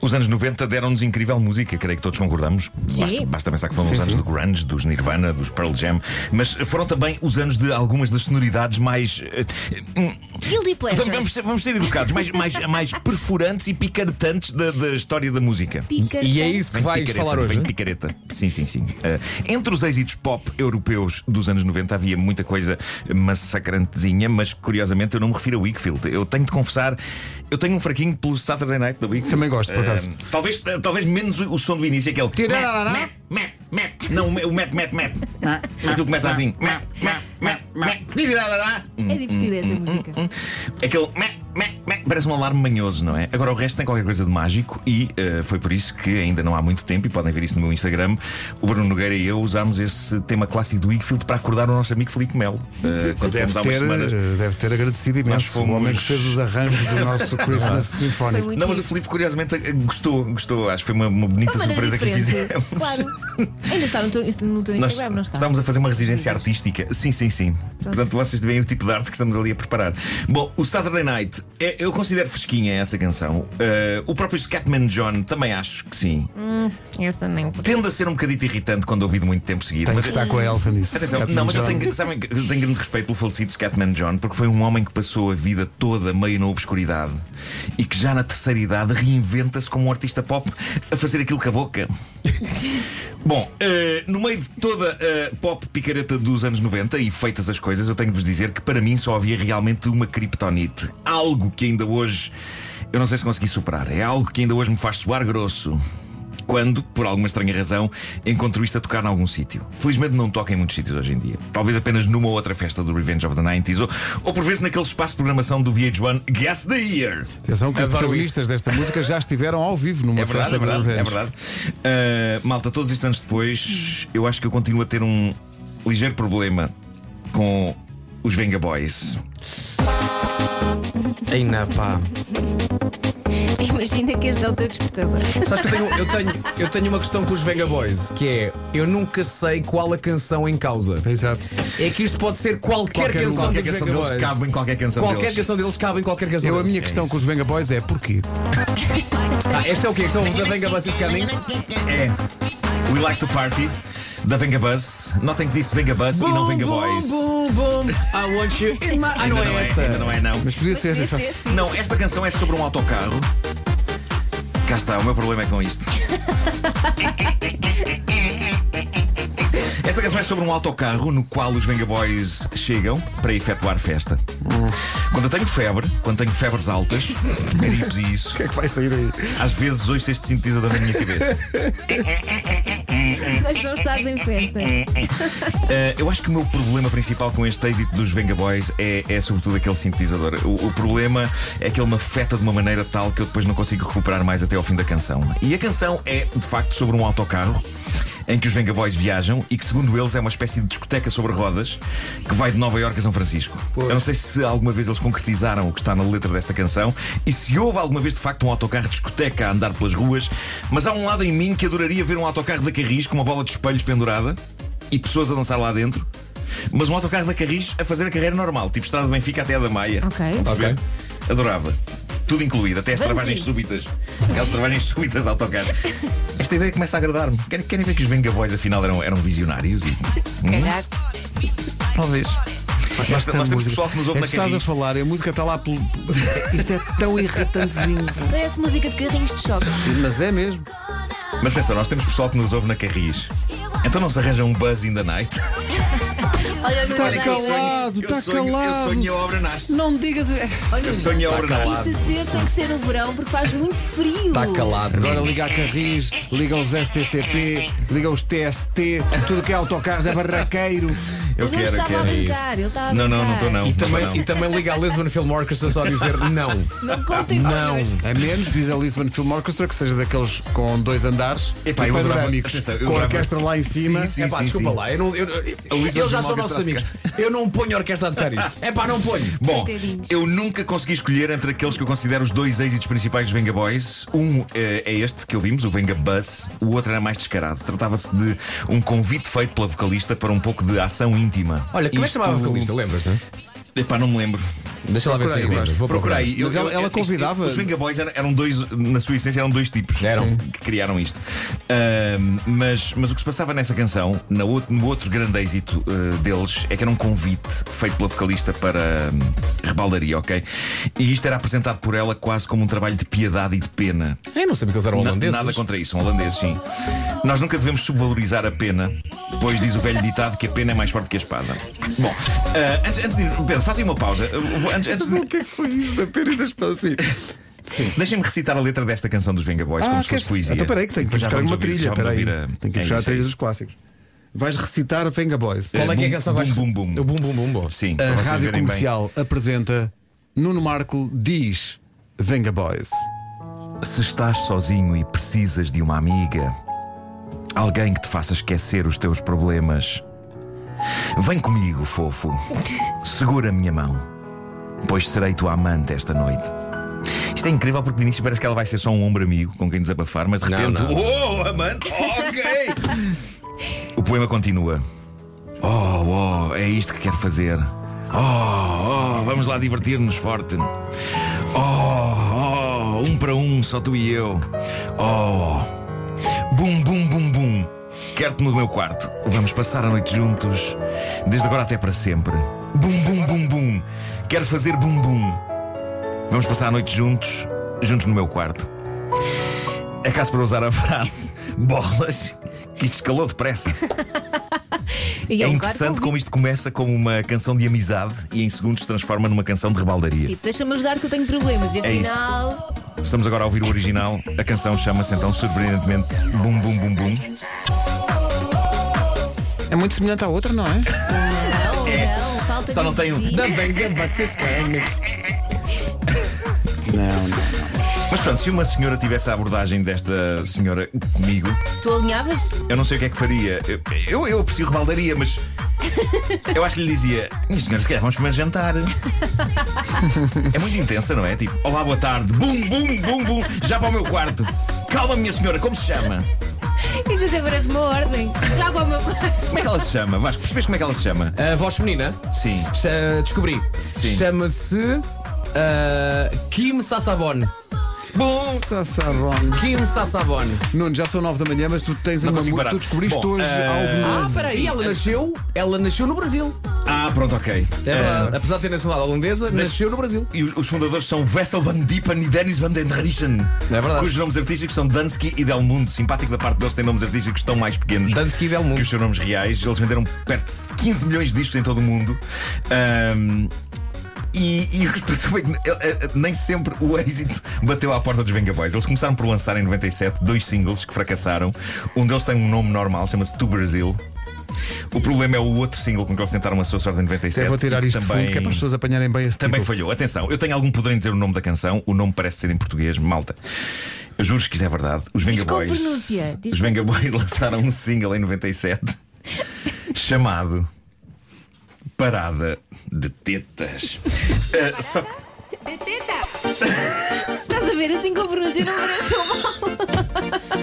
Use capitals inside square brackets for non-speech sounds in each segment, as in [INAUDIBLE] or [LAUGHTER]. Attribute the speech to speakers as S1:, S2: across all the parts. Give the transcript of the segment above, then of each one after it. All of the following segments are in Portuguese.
S1: os anos 90 deram-nos incrível música, creio que todos concordamos.
S2: Sim.
S1: Basta, basta pensar que foram os anos do grunge, dos Nirvana, dos Pearl Jam, mas foram também os anos de algumas das sonoridades mais. eh, hum,
S2: Guilty
S1: Vamos,
S2: Pleasures.
S1: vamos ser, vamos ser educados, mais, mais, mais perfurantes e picaretantes da, da história da música.
S2: Pica-
S3: E é isso que
S1: Vem
S3: vais
S1: picareta,
S3: falar hoje.
S1: Vem picareta. Sim, sim, sim. Ah, entre os êxitos pop europeus dos anos 90 havia muita coisa massacrantezinha, mas curiosamente eu não me refiro a Wakefield. Eu tenho de confessar, eu tenho um fraquinho pelo Saturday Night da Wakefield.
S4: Também gosto, por acaso.
S1: Ah, talvez, ah, talvez menos o, o som do início, aquele.
S4: Tirararará.
S1: Map, map, map. Não, o map, o map, map, map. Aquilo começa assim. Map, map, map, map. Tirararará.
S2: É divertida
S1: Hum,
S2: essa música.
S1: Aquele meh, meh, meh, parece um alarme manhoso, não é? Agora o resto tem qualquer coisa de mágico e eh, foi por isso que ainda não há muito tempo, e podem ver isso no meu Instagram, o Bruno Nogueira e eu usámos esse tema clássico do Wigfield para acordar o nosso amigo Filipe Melo. Eh, quando
S4: Deve
S1: fomos há umas
S4: ter,
S1: semanas.
S4: eh, deve ter agradecido imenso
S1: fomos-
S4: o homem que fez os arranjos do
S1: [LAUGHS]
S4: nosso Christmas
S2: Foi
S4: Sinfónico.
S2: muito
S1: Não, mas o
S2: giro.
S1: Filipe, curiosamente, eh, gostou, gostou. Acho que foi uma, uma bonita
S2: Uma maneira
S1: surpresa que lhe
S2: diferente.
S1: [LAUGHS] fizemos.
S2: Claro. Ainda está no teu, no teu
S1: Nós
S2: Instagram, não está?
S1: estávamos a fazer uma residência artística. Sim, sim, sim. Portanto, vocês veem o tipo de arte que estamos ali a preparar. Bom, o Saturday Night, é- eu considero fresquinha essa canção. Eh, o próprio Scatman John também acho que sim.
S2: Essa nem o
S1: Tende a ser um bocadito irritante quando ouvido muito tempo seguido.
S4: Tem
S1: Mas-
S4: que estar com a Elsa nisso.
S1: Atenção,
S4: Captain
S1: não, mas eu
S4: John.
S1: tenho, sabem que eu tenho grande respeito pelo falecido Scatman John, porque foi um homem que passou a vida toda meio na obscuridade e que já na terceira idade reinventa-se como um artista pop a fazer aquilo com a boca. Bom, eh, no meio de toda a pop picareta dos anos 90 e feitas as coisas, eu tenho de vos dizer que para mim só havia realmente uma criptonite. Algo que ainda hoje eu não sei se consegui superar. É algo que ainda hoje me faz soar grosso. Quando, por alguma estranha razão, encontro isto a tocar em algum sítio. Felizmente não toca em muitos sítios hoje em dia. Talvez apenas numa ou outra festa do Revenge of the 90s ou, ou por vezes naquele espaço de programação do VH1 Guess the Year.
S4: Atenção que os
S3: Adoro
S4: protagonistas desta música já estiveram ao vivo numa
S1: É verdade, é
S4: festa
S1: verdade,
S4: de
S1: é
S4: eventos.
S1: verdade. Ah, malta, todos estes anos depois, eu acho que eu continuo a ter um ligeiro problema com os Venga Boys.
S3: Ainda pá.
S2: Imagina que este é o
S1: [LAUGHS]
S2: teu despertador.
S3: Sabes que eu tenho, eu, tenho, eu tenho uma questão com os Venga Boys, que é eu nunca sei qual a canção em causa.
S4: Exato.
S3: É que isto pode ser qualquer,
S4: Qualquer-
S3: canção
S1: Qualquer
S3: dos
S1: canção
S3: Venga
S1: deles
S3: Boys.
S1: cabe em qualquer canção
S3: qualquer
S1: deles.
S3: canção deles cabe em qualquer canção
S4: Eu, a
S3: deles.
S4: minha questão com os Venga Boys é porquê?
S3: Ah, este é o quê? Este é o da Venga Boys is Coming?
S1: É We Like to Party, da Venga Buzz. Notem que disse Venga Buzz e não Venga Boys.
S3: Boom, boom, boom. I want you in my... Ah,
S1: Ainda
S3: não é
S1: é,
S3: esta.
S1: ainda não é, não.
S4: Mas podia ser. [LAUGHS]
S2: Podia ser,
S4: exato.
S2: sim.
S1: Não, esta canção é sobre um autocarro. Cá está, o meu problema é com isto. Esta canção é sobre um autocarro no qual os Venga Boys chegam para efetuar festa. Quando eu tenho febre, quando tenho febres altas, [LAUGHS] gripes e isso,
S4: O que é que vai sair aí?
S1: às vezes ouço este sintetizador na minha cabeça.
S2: Mas não estás em festa.
S1: Uh, eu acho que o meu problema principal com este êxito dos Venga Boys é, é sobretudo aquele sintetizador. O, o problema é que ele me afeta de uma maneira tal que eu depois não consigo recuperar mais até ao fim da canção. E a canção é, de facto, sobre um autocarro. Em que os Venga Boys viajam e que, segundo eles, é uma espécie de discoteca sobre rodas que vai de Nova Iorque a São Francisco. Eu não sei se alguma vez eles concretizaram o que está na letra desta canção e se houve alguma vez, de facto, um autocarro de discoteca a andar pelas ruas, mas há um lado em mim que adoraria ver um autocarro da Carris com uma bola de espelhos pendurada e pessoas a dançar lá dentro, mas um autocarro da Carris a fazer a carreira normal, tipo estrada de Benfica até a da Maia.
S2: Ok.
S1: Perceber? Adorava. Tudo incluído, até as
S2: Vamos
S1: travagens
S2: isso.
S1: súbitas. Aquelas travagens súbitas de autocarro. Esta ideia começa a agradar-me. Querem, querem ver que os Venga Boys afinal eram, eram visionários? E, hum,
S2: Se calhar.
S1: talvez. Nós, nós
S4: Esta
S1: temos
S4: música-
S1: pessoal que nos
S4: é
S1: ouve
S4: que
S1: na
S4: estás a
S1: Carris.
S4: falar, a música está lá pelo. [LAUGHS] Isto é tão irritantezinho.
S2: Parece música de carrinhos de choque.
S4: Mas é mesmo.
S1: Mas atenção, nós temos pessoal que nos ouve na Carris. Então não se arranja um buzz in the night.
S2: Olha, não
S4: Tá
S2: é
S1: Eu sonho-
S4: calado,
S1: eu
S4: tá
S1: sonho- Eu
S4: calado.
S1: sonho e a obra nasce.
S4: Não digas. é
S1: Eu sonho e a obra nasce.
S2: Isto ser tem que ser no verão porque faz muito frio.
S1: Tá
S3: Está calado.
S4: Agora liga a Carris, liga os STCP, liga os TST, tudo que é autocarros é barraqueiro.
S1: Eu
S2: Mas
S1: quero,
S2: ele
S1: eu
S2: estava
S1: quero.
S2: a brincar, ele estava a
S1: Não, não, não
S2: brincar.
S1: estou não.
S3: E
S1: não tô,
S3: também,
S1: não.
S3: e também liga à Lisbon Film Orchestra só a dizer não.
S2: Não contem
S3: Não.
S2: connosco.
S4: A menos, diz a Lisbon Film Orchestra, que seja daqueles com dois andares
S1: Epá, eu adorava-
S4: panorâmicos,
S1: atenção, eu
S4: com a
S1: adorava-
S4: orquestra lá em cima.
S1: Sim,
S3: É pá, desculpa
S1: sim.
S3: lá. Eu não, eu- eu-
S1: Lisbon
S3: eles
S1: Film
S3: já são
S1: Orchestra
S3: nossos
S1: a
S3: amigos. Eu não ponho a orquestra a tocar isto. É pá, não ponho.
S1: Bom,
S2: Coitadinhos.
S1: eu nunca consegui escolher entre aqueles que eu considero os dois êxitos principais dos Venga Boys. Um eh, é este que ouvimos, o Venga Bus. O outro era mais descarado. Tratava-se de um convite feito pela vocalista para um pouco de ação íntima.
S3: Olha, como é que
S1: Isto-
S3: chamava a vocalista? Lembras-te?
S1: Epá, não me lembro.
S3: Deixa lá ver se
S4: Procurei,
S3: encontro.
S4: Vasco.
S3: Vou
S1: Procura
S3: procurar.
S1: aí.
S4: Mas ela- ela
S1: isto-
S4: convidava-
S1: Os Venga Boys eram, eram dois, na sua essência, eram dois tipos
S3: Eram.
S1: Sim. que criaram isto. Ahm, mas, mas o que se passava nessa canção, na out- no outro grande êxito eh, deles, é que era um convite feito pela vocalista para hum, rebaldaria, ok? E isto era apresentado por ela quase como um trabalho de piedade e de pena.
S3: Eu não sabia que eles eram
S1: Na-
S3: holandeses.
S1: Nada contra isso, um holandês, sim. Nós nunca devemos subvalorizar a pena, pois diz o velho ditado que a pena é mais forte que a espada. Bom, ah, antes, antes de ir, Pedro, fazem uma pausa. Eu vou- Antes, antes de,
S4: O que é que foi isso da pena e da espada? Então, Sim.
S1: Deixem-me recitar a letra desta canção dos Venga Boys, como se fosse
S4: queres-
S1: poesia.
S4: Então peraí, que tenho que
S1: Já
S4: buscar
S1: vamos
S4: uma
S1: ouvir-
S4: trilha.
S1: já vamos
S4: Peraí.
S1: ouvir a-
S4: Tenho que buscar a
S1: isso,
S4: trilha
S1: é
S4: dos clássicos. Vais recitar a Venga Boys.
S3: Qual é que é a
S1: Bum,
S3: canção que vais
S1: bum, bum, bum.
S3: O bum bum bum bum.
S1: isso. Sim, para
S4: A
S1: vocês
S4: rádio
S1: verem bem.
S4: comercial apresenta Nuno Marco diz Venga Boys.
S1: Se estás sozinho e precisas de uma amiga, alguém que te faça esquecer os teus problemas, vem comigo, fofo. Segura a minha mão, pois serei tua amante esta noite. Isto é incrível porque de início parece que ela vai ser só um ombro amigo com quem desabafar, mas de
S3: Não,
S1: repente.
S3: não.
S1: Oh, amante!
S4: [LAUGHS]
S1: Ok! o poema continua. Oh, oh, é isto que quero fazer. Oh, oh, vamos lá divertir-nos forte. Oh, oh, um para um, só tu e eu. Oh, bum, bum, bum, bum. Quero-te no meu quarto. Vamos passar a noite juntos, desde agora até para sempre. Bum, bum, bum, bum. Quero fazer bum, bum. Vamos passar a noite juntos, juntos no meu quarto. É caso para usar a frase [LAUGHS] bolas, que isto escalou depressa.
S2: E
S1: É
S2: um
S1: interessante
S2: claro
S1: como isto começa como uma canção de amizade e em segundos se transforma numa canção de rebaldaria.
S2: Tipo, deixa-me ajudar que eu tenho problemas. E
S1: É isso.
S2: afinal.
S1: Estamos agora a ouvir o original. A canção chama-se então surpreendentemente Bum Bum Bum Bum.
S4: É muito semelhante à outra, não é?
S2: Não,
S1: É.
S2: não, falta
S1: Só
S2: de
S1: não tem um-
S2: empatia.
S1: Mas pronto, se uma senhora tivesse a abordagem desta senhora comigo,
S2: Tu alinhavas?
S1: eu não sei o que é que faria. Eu, eu, eu aprecio rebaldaria,
S2: [LAUGHS]
S1: mas. Eu acho que lhe dizia, "Minha senhora, se calhar vamos primeiro
S2: [LAUGHS]
S1: jantar. É muito intensa, não é? Tipo, olá, boa tarde, bum, bum, bum, bum, já para o meu quarto. Calma, minha senhora, como se chama?
S2: Isso até parece uma ordem. Já para o meu quarto.
S1: Como é que ela se chama? Vasco, percebes como é que ela se chama?
S3: A voz feminina?
S1: Sim.
S3: Cha- Descobri.
S1: Sim.
S3: Chama-se. ah, Kim Sassabon.
S1: Bom,
S4: Sassarone.
S3: Kim Sassabon.
S4: Nuno, já são nove da manhã, mas tu tens uma
S1: consigo
S4: mu-
S1: parar.
S4: Tu descobriste
S1: Bom,
S4: hoje
S1: eh,
S4: algo
S3: Ah,
S4: novo.
S3: peraí, ela nasceu. Ela nasceu no Brasil.
S1: Ah, pronto, ok.
S3: É
S1: Eh,
S3: verdade. Apesar de ter nacionalidade holandesa, nasceu no Brasil.
S1: e os- os fundadores são Vessel van Diepen e Dennis van den Riesen.
S3: É verdade.
S1: Cujos nomes artísticos são Dansky e Del Mundo. Simpático da parte deles, têm nomes artísticos tão mais pequenos
S3: Dansky e Del Mundo.
S1: que os seus nomes reais. Eles venderam perto de 15 milhões de discos em todo o mundo. Ahm, e, e [LAUGHS] o que se passou é que eh, eh, nem sempre o êxito bateu à porta dos Venga Boys. Eles começaram por lançar em 97 dois singles que fracassaram. Um deles tem um nome normal, chama-se To Brasil. O problema é o outro single com que eles tentaram a sua sorte em 97.
S4: Até vou tirar
S1: e
S4: isto de
S1: também...
S4: fundo, que é para as pessoas apanharem bem esse
S1: Também
S4: título.
S1: falhou. Atenção, eu tenho algum poder em dizer o nome da canção. O nome parece ser em português, malta. Eu juro que isto é verdade. Os Venga
S2: Diz com
S1: Boys.
S2: pronúncia, diz
S1: Os
S2: com-
S1: Venga Boys [LAUGHS] lançaram um single em 97 chamado Parada de Tetas. Ah, só que
S2: Estás a ver assim com a pronúncia não parece tão mal.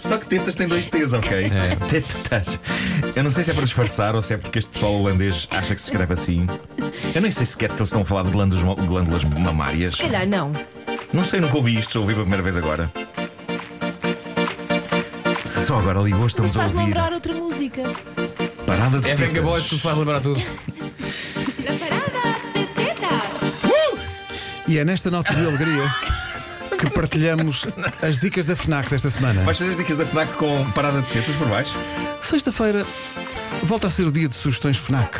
S1: Só que tetas tem dois T's, ok? Tetas. Eu não sei se é para disfarçar ou se é porque este pessoal holandês acha que se escreve assim. Eu nem sei sequer se eles estão a falar de glândulas, glândulas mamárias.
S2: Se calhar não.
S1: Não sei, nunca ouvi isto, só ouvi pela primeira vez agora. Se só agora ligou,
S2: Mas
S1: estamos a
S2: faz
S1: ouvir.
S2: lembrar outra música.
S1: Parada de
S3: É
S1: tetas.
S3: Venga Boys que nos faz lembrar tudo.
S5: La parada de tetas.
S4: E é nesta nota de alegria que partilhamos as dicas da FNAC desta semana.
S1: Vais fazer as dicas da FNAC com parada de tetas por baixo?
S4: Sexta-feira volta a ser o dia de sugestões FNAC.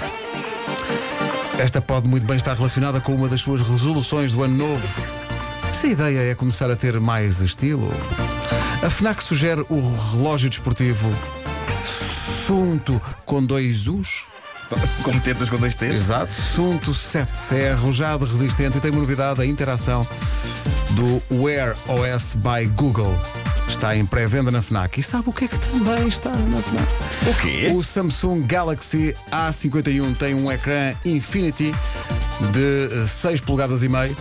S4: Esta pode muito bem estar relacionada com uma das suas resoluções do ano novo. Se a ideia é começar a ter mais estilo, a FNAC sugere o relógio desportivo Sunto com dois U's.
S1: Como tetas com dois T's?
S4: Exato. Sunto 7 é arrojado, resistente e tem uma novidade, a interação do Wear OS by Google. Está em pré-venda na FNAC. E sabe o que é que também está na FNAC?
S1: O quê?
S4: O Samsung Galaxy A51 tem um ecrã Infinity de eh, 6 polegadas e meio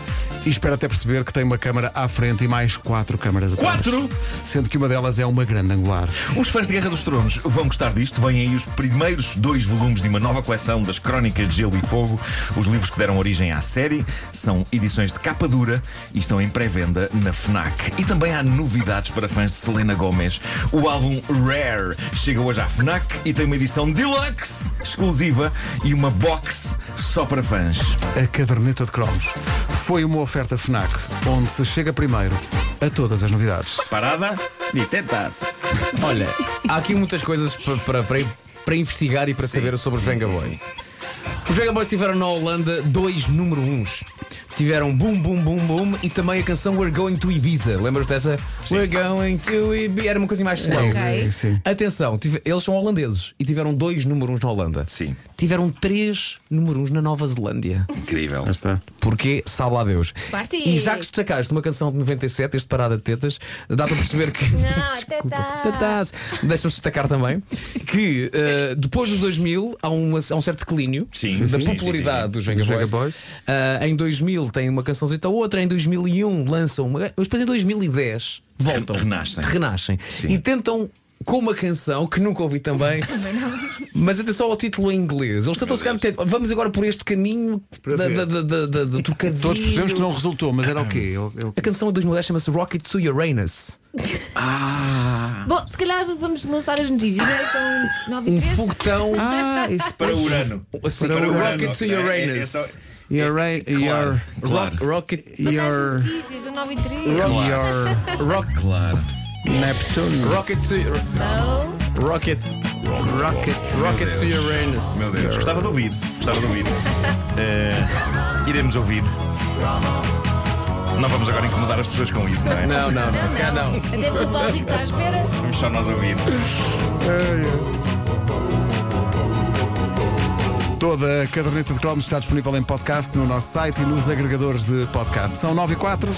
S4: E espero até perceber que tem uma câmara à frente e mais quatro câmaras atrás.
S6: Quatro?
S4: Sendo que uma delas é uma grande angular.
S1: Os fãs de Guerra dos Tronos vão gostar disto. Vêm aí os primeiros dois volumes de uma nova coleção das Crónicas de Gelo e Fogo. Os livros que deram origem à série são edições de capa dura e estão em pré-venda na Fnac. E também há novidades para fãs de Selena Gomez. O álbum Rare chega hoje à Fnac e tem uma edição deluxe exclusiva e uma box só para fãs.
S4: A caderneta de cromos. Foi uma oferta FNAC, onde se chega primeiro a todas as novidades.
S1: Parada e tenta-se.
S3: Olha, há aqui muitas coisas pa- para, para, para investigar e para saber sobre os Venga Boys. Os Venga Boys tiveram na Holanda dois número uns. Tiveram Boom Boom Boom Boom e também a canção We're Going to Ibiza. Lembras-te dessa? We're Going to Ibiza. Era uma coisa mais slow.
S2: Ok.
S4: É Sim.
S3: Atenção, tive- eles são holandeses e tiveram dois número uns na Holanda.
S1: Sim.
S3: Tiveram três número uns na Nova Zelândia.
S1: Incrível.
S4: Já está.
S3: Porque sabe lá Deus.
S2: Parti.
S3: E já que destacaste uma canção de 97, este Parada de Tetas, dá para perceber que.
S2: Não,
S3: Desculpa.
S2: tetas.
S3: Tetas. Deixa-me destacar também que eh, depois dos 2000 há, uma- há um certo declínio
S1: Sim,
S3: da
S1: sim, sim,
S3: popularidade
S1: sim,
S3: dos Venga
S4: Dos Venga
S3: Boys.
S4: Boys.
S3: Ah, em 2000 tem uma cançãozinha ou outra, em 2001 lançam uma. Mas depois em 2010 voltam.
S1: Renascem.
S3: Renascem. E tentam. Com uma canção que nunca ouvi também, mas atenção ao título em inglês. Eles tentam chegar. Vamos agora por este caminho da,
S4: ver.
S3: da, da, da, da- do trocadilho.
S4: Todos percebemos que não resultou, mas era o quê? Eu- eu-
S3: A canção de 2010 chama-se Rocket to Uranus.
S2: Bom, se calhar vamos lançar as notícias. Já são 9
S3: Um
S2: e 13.
S3: foguetão.
S4: Ah,
S3: [LAUGHS]
S4: isso.
S1: Para Urano.
S3: Assim,
S1: Para
S3: o
S1: Urano,
S3: Rocket to
S1: ok. É- é
S3: Uranus.
S1: só- é,
S4: Your, ra-
S1: Claro,
S4: your,
S1: claro.
S3: Rock- rocket,
S2: Não tens
S4: your,
S2: notícias, são 9 e 13.
S4: your
S3: rock,
S1: Claro.
S4: Neptune.
S3: rocket to
S2: Não.
S3: rocket,
S4: Rocket.
S3: rocket to
S1: Deus.
S3: Uranus.
S1: Meu Deus, gostava de ouvir. Gostava de ouvir. Eh, iremos ouvir. Não vamos agora incomodar as pessoas com isso, não é?
S3: Não, não, não, se calhar
S2: Não, não.
S3: não.
S2: Até porque o Paulo Rico está à espera.
S1: Vamos só nós ouvir.
S4: Toda a caderneta de cromos está disponível em podcast no nosso site e nos agregadores de podcast. São 9 e 4.